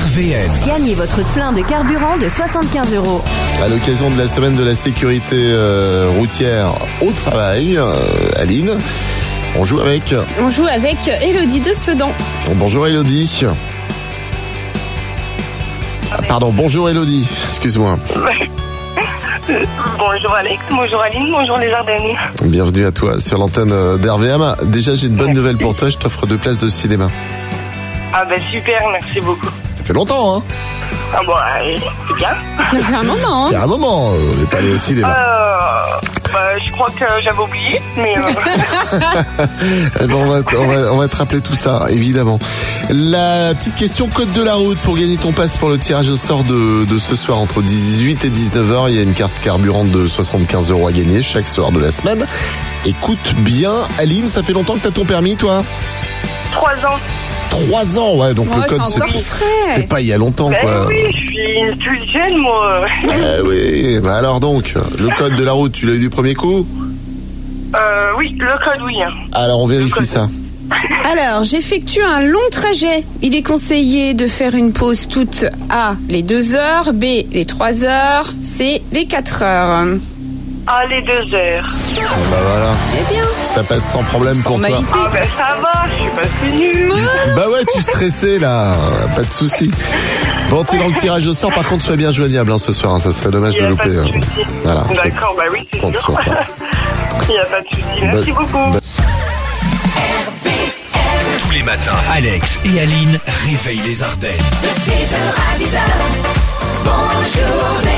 RVM. Gagnez votre plein de carburant de 75 euros. À l'occasion de la semaine de la sécurité euh, routière au travail, euh, Aline, on joue avec. On joue avec Elodie de Sedan. Bonjour Elodie. Ah, Pardon, bonjour Elodie, excuse-moi. Bonjour Alex, bonjour Aline, bonjour les Ardennes. Bienvenue à toi sur l'antenne euh, d'RVM. Déjà, j'ai une bonne nouvelle pour toi, je t'offre deux places de cinéma. Ah ben super, merci beaucoup. Ça fait longtemps, hein Ah bon, euh, c'est bien. Un moment, hein. Il y a un moment, euh, on n'est pas allé au cinéma. Euh, bah, je crois que j'avais oublié, mais euh, Eh ben, on, va te, on va- on va te rappeler tout ça, évidemment. La petite question code de la route pour gagner ton passe pour le tirage au sort de, de ce soir entre 18 et 19h. Il y a une carte carburante de 75 euros à gagner chaque soir de la semaine. Écoute bien, Aline, ça fait longtemps que t'as ton permis, toi trois ans. Trois ans, ouais, donc Ouais, le code, c'est encore c'est- frais. c'était pas il y a longtemps, Ben quoi. oui, je suis plus jeune moi. Eh oui, bah alors donc, le code de la route, tu l'as eu du premier coup Euh, oui, le code oui. hein. Alors on vérifie ça. Alors, j'effectue un long trajet. Il est conseillé de faire une pause toute A, les 2 heures, B, les 3 heures, C, les 4 heures. Ah, les deux heures. Ah Bah voilà, Eh bien, ça passe sans problème pour toi. formalité. Ah ben ça va, je suis pas si nulle. Bah ouais, tu stressais là, pas de souci. Bon, t'es dans le tirage au sort, par contre, sois bien joignable hein, ce soir, hein, ça serait dommage Il de n'y a louper. pas de euh, souci. Voilà. D'accord, bah oui, c'est Compte sur sûr. toi. Il n'y a pas de souci, merci Bah- beaucoup. bah- Tous les matins, Alex et Aline réveillent les Ardennes. De 6h à 10h, bonne journée.